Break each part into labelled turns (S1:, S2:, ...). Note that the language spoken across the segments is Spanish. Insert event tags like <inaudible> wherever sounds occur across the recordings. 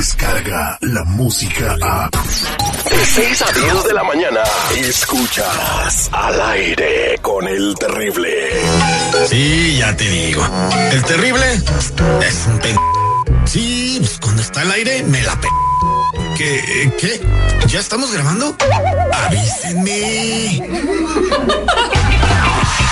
S1: Escucha la música a.
S2: De 6 a 10 de la mañana. Escuchas al aire con el terrible.
S3: Pues Sí, ya te digo. El terrible es un pen... Sí, pues cuando está al aire me la pe... ¿Qué? eh, ¿Qué? ¿Ya estamos grabando? Avísenme.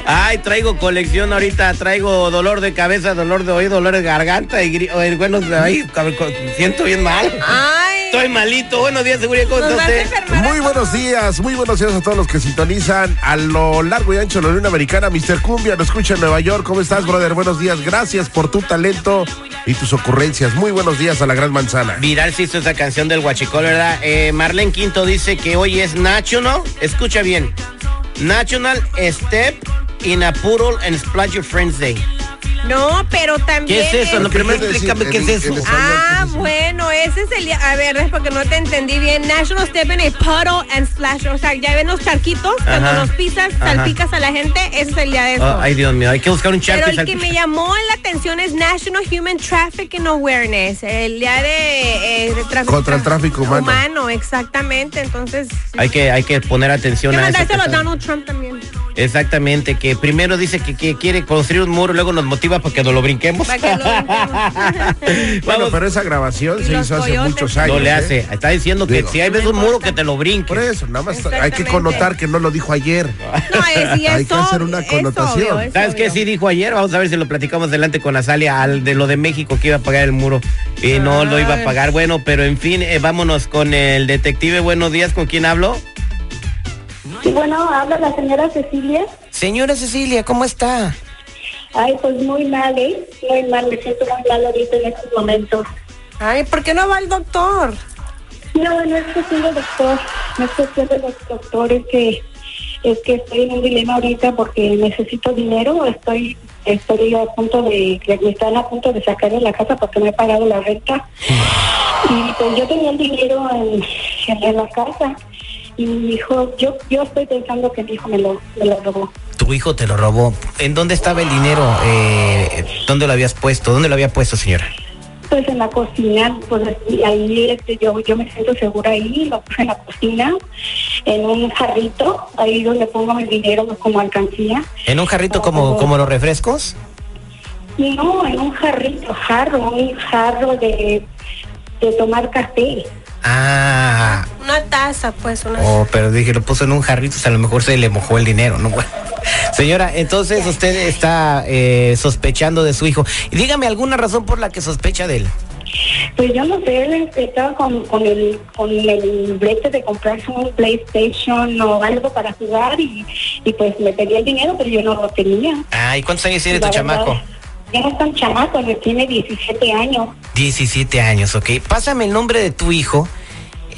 S4: Ay, traigo colección ahorita, traigo dolor de cabeza, dolor de oído, dolor de garganta y gri- ay, bueno, ay, cab- co- siento bien mal.
S5: Ay,
S4: Estoy malito. Buenos días, seguridad, ¿cómo
S5: nos
S4: está
S5: vas a
S4: usted?
S5: enfermar.
S6: Muy buenos días, muy buenos días a todos los que sintonizan a lo largo y ancho de la Unión Americana. Mr. Cumbia, nos escucha en Nueva York. ¿Cómo estás, brother? Buenos días. Gracias por tu talento y tus ocurrencias. Muy buenos días a la Gran Manzana.
S4: Viral se hizo esa canción del Huachicol, ¿verdad? Eh, Marlene Quinto dice que hoy es National, escucha bien, National Step in a Poodle and Splash Your Friends Day.
S5: No, pero
S4: ¿Qué
S5: también.
S4: es eso? No, primero explícame qué es eso.
S5: Ah, bueno, ese es el día. A ver, es porque no te entendí bien. National Step in a Puddle and Splash. O sea, ya ven los charquitos. Cuando
S4: Ajá.
S5: los pisas,
S4: Ajá.
S5: salpicas a la gente. Ese es el día de eso.
S4: Oh, ay, Dios mío, hay que buscar un chat
S5: Pero
S4: que
S5: el que
S4: salpique.
S5: me llamó la atención es National Human Trafficking Awareness, el día de, eh, de tráfico-
S6: Contra el tráfico humano.
S5: exactamente. Entonces,
S4: Hay que, hay que poner atención
S5: que
S4: a eso.
S5: mandárselo a Donald Trump también,
S4: Exactamente, que primero dice que, que quiere construir un muro y luego nos motiva para que nos lo brinquemos.
S5: para que lo
S4: <laughs> Vamos,
S6: Bueno, pero esa grabación
S5: Y
S6: se
S5: los
S6: hizo hace
S5: coyotes.
S6: muchos
S4: no
S6: años.
S4: le
S6: ¿eh?
S4: hace. Está diciendo que
S6: Digo.
S4: si hay ves un muro que te lo
S6: Por
S4: brinque.
S6: eso, nada más hay que
S5: Exactamente.
S6: connotar que no lo dijo ayer.
S5: No, es, y es
S6: <laughs> Hay que hacer una
S5: obvio, es
S6: connotación.
S5: obvio, es
S4: ¿Sabes qué
S5: obvio.
S4: sí dijo ayer? Vamos a ver si lo platicamos delante con Azalia al de lo de México que iba a pagar el muro y no lo iba a
S5: Ay.
S4: pagar. Bueno, pero en fin, eh, vámonos con el detective. Buenos días, ¿con quién hablo?
S7: Bueno, habla la señora Cecilia.
S4: Señora Cecilia, ¿cómo está?
S7: Ay, pues muy mal, ¿eh? Muy mal, me siento muy mal ahorita en estos momentos.
S5: Ay, ¿por qué no va el doctor?
S7: No, no es cuestión del doctor, no es cuestión de los doctores que es que estoy en un dilema ahorita porque necesito dinero, estoy estoy a punto de, que me están a punto de sacar de la casa porque no he pagado la renta. Y pues yo tenía el dinero en, en- en la casa y mi hijo, yo yo estoy pensando que mi hijo me lo, me lo robó.
S4: Tu hijo te lo robó. ¿En dónde estaba el dinero? Eh, ¿Dónde lo habías puesto? ¿Dónde lo había puesto, señora?
S7: Pues en la cocina, pues así, ahí este, yo, yo me siento segura ahí, lo puse en la cocina, en un jarrito, ahí donde pongo mi dinero pues, como alcancía.
S4: ¿En un jarrito como, como los refrescos?
S7: Y no, en un jarrito, jarro, un jarro de, de tomar café.
S4: Ah,
S5: Una taza, pues, una
S4: Oh, pero dije, lo puso en un jarrito, o sea, a lo mejor se le mojó el dinero, ¿no? <laughs> Bueno. Señora, entonces usted está eh, sospechando de su hijo. Y dígame alguna razón por la que sospecha de él.
S7: Pues yo no sé, este, estaba con, con el con el brete de comprarse un PlayStation o algo para jugar y, y pues me pedía el dinero, pero yo no lo tenía.
S4: Ah, ¿y cuántos años tiene tu
S7: La
S4: chamaco?
S7: verdad, Ya no es tan chamaco, ya tiene 17 años.
S4: 17 años, ok. Pásame el nombre de tu hijo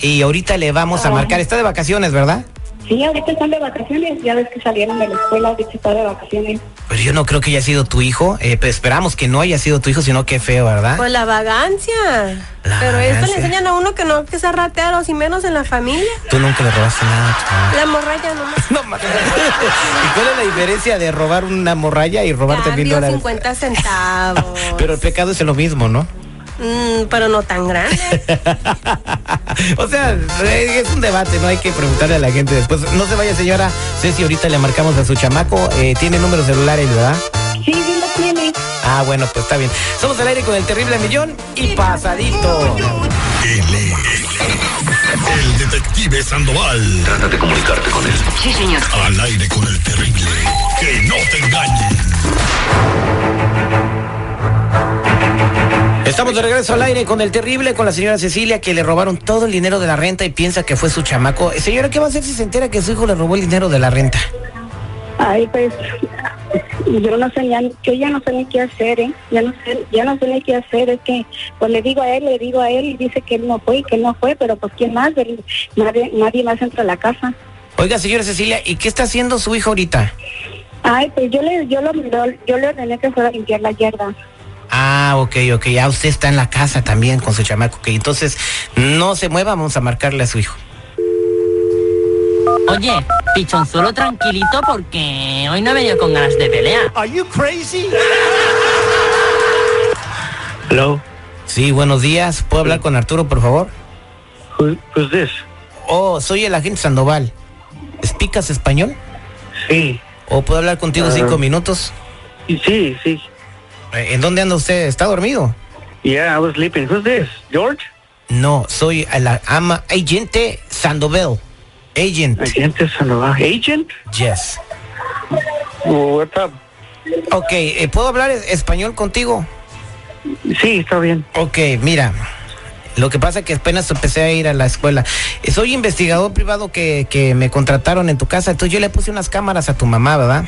S4: y ahorita le vamos a
S7: Ah.
S4: marcar. Está de vacaciones, ¿verdad?
S7: Sí, ahorita están de vacaciones, ya ves que salieron de la escuela, ahorita están de vacaciones.
S4: Pero yo no creo que haya sido tu hijo. eh, pero esperamos que no haya sido tu hijo, sino que feo, ¿verdad?
S5: Pues la vagancia.
S4: La
S5: Pero esto
S4: vagancia.
S5: le enseñan a uno que no que sea ratero, y menos en la familia.
S4: Tú nunca le robaste nada a tu mamá.
S5: La morralla nomás.
S4: No mames. ¿Y cuál es la diferencia de robar una morralla y robarte mil
S5: Cambio,
S4: dólares?
S5: 50 centavos.
S4: <laughs> Pero el pecado es lo mismo, ¿no? <laughs>
S5: Mm, pero no tan grande.
S4: o sea, eh, es un debate, no hay que preguntarle a la gente después. No se vaya, señora. Sé si ahorita le marcamos a su chamaco. Eh, tiene números celulares, ¿verdad?
S7: Sí, sí lo tienen.
S4: Ah, bueno, pues está bien. Somos al aire con el terrible millón y pasadito.
S1: Él es el detective Sandoval.
S2: Trata de comunicarte con él.
S8: Sí, señor.
S1: Al aire con el terrible. Que no te engañen.
S4: Estamos de regreso al aire con el terrible, con la señora Cecilia, que le robaron todo el dinero de la renta y piensa que fue su chamaco. Eh, Señora, ¿qué va a hacer si se entera que su hijo le robó el dinero de la renta?
S7: Ay, pues yo no sé, ya, yo ya no sé ni qué hacer, ¿eh? Ya no sé, ya no sé ni qué hacer, es que pues le digo a él, le digo a él y dice que él no fue y que él no fue, pero pues quién más, Él- nadie, nadie más entra a la casa.
S4: Oiga, señora Cecilia, ¿y qué está haciendo su hijo ahorita?
S7: Ay, pues yo le, yo lo, lo- yo le ordené que fuera a limpiar la yarda.
S4: Ah, ok, ok, ya usted está en la casa también con su chamaco, que entonces no se mueva, vamos a marcarle a su hijo.
S8: Oye, pichonzuelo tranquilito porque hoy no he venido con ganas de pelea.
S4: Are you crazy?
S9: Hello,
S4: Sí, buenos días, ¿puedo hablar con Arturo, por favor?
S9: who, who's this?
S4: Oh, soy el agente Sandoval. ¿Explicas español?
S9: Sí,
S4: ¿O puedo hablar contigo cinco minutos?
S9: sí, sí.
S4: Eh, ¿En dónde anda usted? ¿Está dormido?
S9: Yeah, I was sleeping. Who's this? George?
S4: No, soy a la ama agente Sandoval. Agent.
S9: Agent Sandoval. Agent?
S4: Yes.
S9: What's up?
S4: Ok, eh, ¿puedo hablar es- español contigo?
S9: Sí, está bien.
S4: Ok, mira. Lo que pasa es que apenas empecé a ir a la escuela. Eh, Soy investigador privado que, que me contrataron en tu casa. Entonces yo le puse unas cámaras a tu mamá, ¿verdad?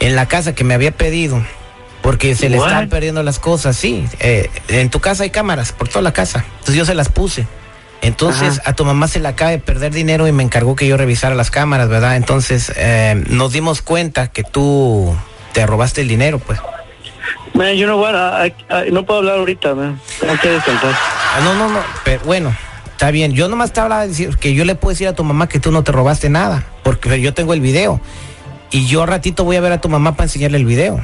S4: En la casa que me había pedido. Porque se le
S9: What?
S4: están perdiendo las cosas, sí. Eh, en tu casa hay cámaras, por toda la casa. Entonces yo se las puse. Entonces a tu mamá se le acaba de perder dinero y me encargó que yo revisara las cámaras, ¿verdad? Entonces eh, nos dimos cuenta que tú te robaste el dinero, pues.
S9: Man, you know what? I- I- I- no puedo hablar ahorita, man. Tengo que descansar.
S4: Ah, No, no, no, pero bueno, está bien. Yo nomás te hablaba de decir que yo le puedo decir a tu mamá que tú no te robaste nada, porque yo tengo el video. Y yo al ratito voy a ver a tu mamá para enseñarle el video.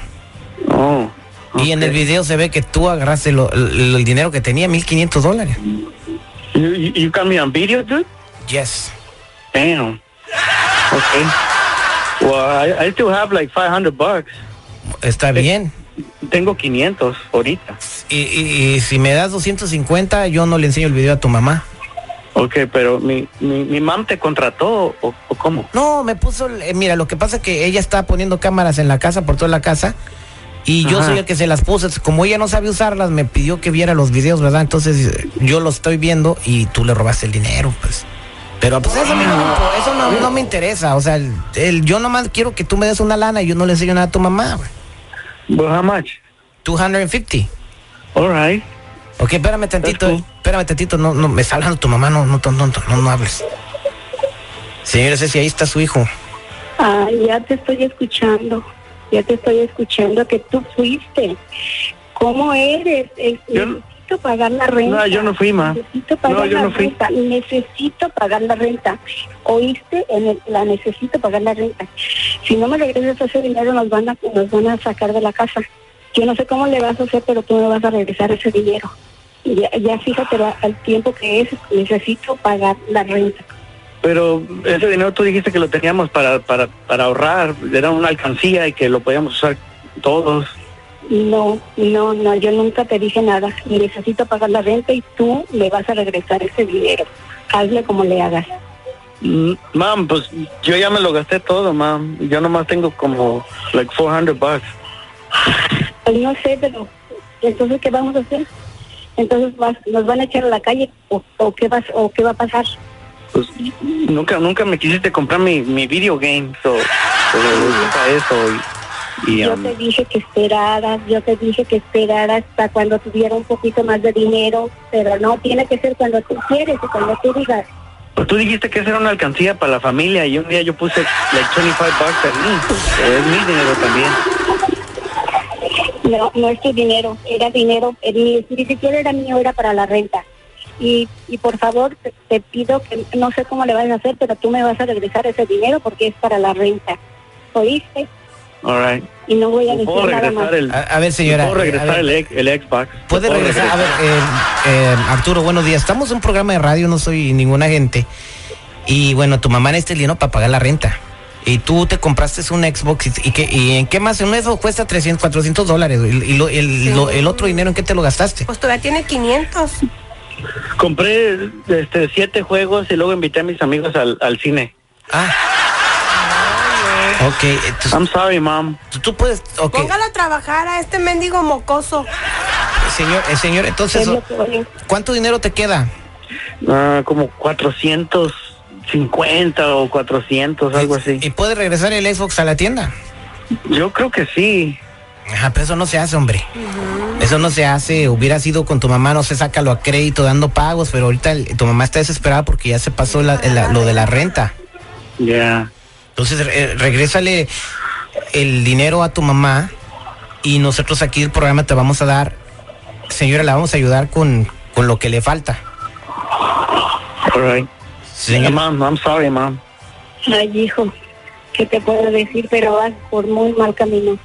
S9: Oh.
S4: Y en el
S9: okay.
S4: video se ve que tú agarraste lo- el, el dinero que tenía, 1500 dólares.
S9: You, you, you got me on video, dude?
S4: Yes.
S9: Damn. Okay. Well, I, I still have like 500 bucks.
S4: Está bien.
S9: Tengo 500 ahorita.
S4: Y, y- y si me das 250, yo no le enseño el video a tu mamá.
S9: Okay, pero mi, mi, mi mam te contrató o, o cómo?
S4: No, me puso, el- eh, mira, lo que pasa es que ella está poniendo cámaras en la casa, por toda la casa, y yo
S9: Ajá.
S4: soy el que se las puse. Como ella no sabe usarlas, me pidió que viera los videos, ¿verdad? Entonces eh, yo los estoy viendo y tú le robaste el dinero, pues. Pero pues eso, a mí no, me impo- eso no, no me interesa, o sea, el, el- yo nomás quiero que tú me des una lana y yo no le enseño nada a tu mamá, güey.
S9: Well, how much?
S4: 250.
S9: All right.
S4: Ok, espérame tantito,
S9: That's cool.
S4: espérame tantito, no, no, me está hablando tu mamá, no, no, tonto, no, no hables. Señora Ceci, ahí está su hijo.
S7: Ay, Ah, ya te estoy escuchando, ya te estoy escuchando que tú fuiste. ¿Cómo eres? Es-
S9: Yo no-
S7: necesito pagar la renta.
S9: No, yo no fui, ma.
S7: Necesito pagar
S9: No, yo
S7: la
S9: no fui.
S7: renta. Necesito pagar la renta. Oíste, en el- la necesito pagar la renta. Si no me regresas ese dinero, nos van a, nos van a sacar de la casa. Yo no sé cómo le vas a hacer, pero tú me vas a regresar ese dinero. Ya, ya fíjate la- el tiempo que es. Necesito pagar la renta.
S9: Pero ese dinero tú dijiste que lo teníamos para, para, para ahorrar, era una alcancía y que lo podíamos usar todos.
S7: No, no, no, yo nunca te dije nada. Necesito pagar la renta y tú le vas a regresar ese dinero. Hazle como le hagas.
S9: Mm, Mam, pues yo ya me lo gasté todo, mam. Yo nomás tengo como like 400 bucks.
S7: Pues no sé, pero entonces ¿qué vamos a hacer? Entonces vas- nos van a echar a la calle o, o qué vas o qué va a pasar.
S9: Pues nunca nunca me quisiste comprar mi, mi video game, so pues, me gusta eso y, y,
S7: Yo
S9: um,
S7: te dije que esperaras, yo te dije que esperaras hasta cuando tuviera un poquito más de dinero, pero no tiene que ser cuando tú quieres y cuando tú digas.
S9: Pues tú dijiste que esa era una alcancía para la familia y un día yo puse like 25 bucks en mí. Es mi dinero también.
S7: No, no es tu dinero, era dinero, eh, ni, ni siquiera era mío, era para la renta. Y, y por favor, te, te pido que no sé cómo le vas a hacer, pero tú me vas a regresar ese dinero porque es para la renta. ¿Oíste?
S9: All right.
S7: Y no voy a
S9: ¿Me
S7: decir
S9: puedo
S7: nada más.
S9: regresar el,
S4: A- a ver, señora,
S9: ¿me puedo
S4: eh, a
S9: regresar
S4: ver.
S9: el, ex- el Xbox?
S4: Puede
S9: ¿Me puedo
S4: regresar. A ver,
S9: regresar?
S4: eh, eh, Arturo, buenos días. Estamos en un programa de radio, no soy ningún agente. Y bueno, tu mamá necesita el dinero para pagar la renta. Y tú te compraste un Xbox. ¿Y, y, qué- y en qué más? Un Xbox cuesta 300, 400 dólares. güey. ¿Y, lo- el, lo- el otro dinero en qué te lo gastaste?
S5: Pues todavía tiene 500.
S4: eh.
S9: Compré este, siete juegos y luego invité a mis amigos al, al cine.
S4: Ah. Ok, entonces,
S9: I'm sorry, mom.
S4: tú, tú puedes. Ok,
S5: Póngalo a trabajar a este mendigo mocoso.
S4: señor, eh, señor, entonces,
S7: Es lo que voy a-
S4: ¿cuánto dinero te queda?
S9: Ah, como 450 o 400, Pues algo así.
S4: ¿Y puedes regresar el Xbox a la tienda?
S9: Yo creo que sí.
S4: Ajá, pero eso no se hace, hombre. Eso no se hace. Hubiera sido con tu mamá, no sé, sácalo a crédito dando pagos, pero ahorita el- tu mamá está desesperada porque ya se pasó la- la- lo de la renta.
S9: Ya.
S4: Entonces, re- eh, regrésale el dinero a tu mamá y nosotros aquí el programa te vamos a dar, señora, la vamos a ayudar con, con lo que le falta.
S9: All right. Yeah,
S4: Señora,
S9: mom, I'm sorry, mom.
S7: Ay, hijo, ¿qué te puedo decir? Pero vas por muy mal camino.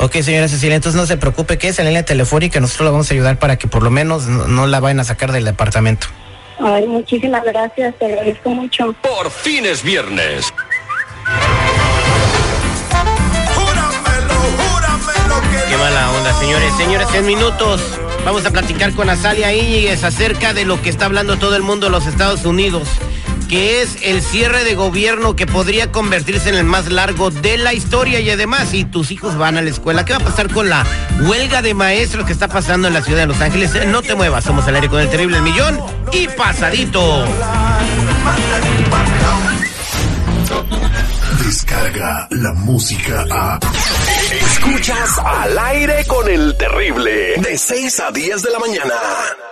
S4: ok, señora Cecilia, entonces no se preocupe, que es en la línea telefónica, nosotros la vamos a ayudar para que por lo menos no, no la vayan a sacar del departamento.
S7: Ay, muchísimas gracias, te agradezco mucho.
S1: Por fin es viernes.
S10: Qué mala onda, señores. Señores, en minutos vamos a platicar con Azalia Íñiguez acerca de lo que está hablando todo el mundo en los Estados Unidos, que es el cierre de gobierno que podría convertirse en el más largo de la historia y además si tus hijos van a la escuela, ¿qué va a pasar con la huelga de maestros que está pasando en la ciudad de Los Ángeles? Eh, No te muevas, somos al aire con el terrible El millón y pasadito.
S2: Descarga la música a. Escuchas al aire con el terrible. De 6 a 10 de la mañana.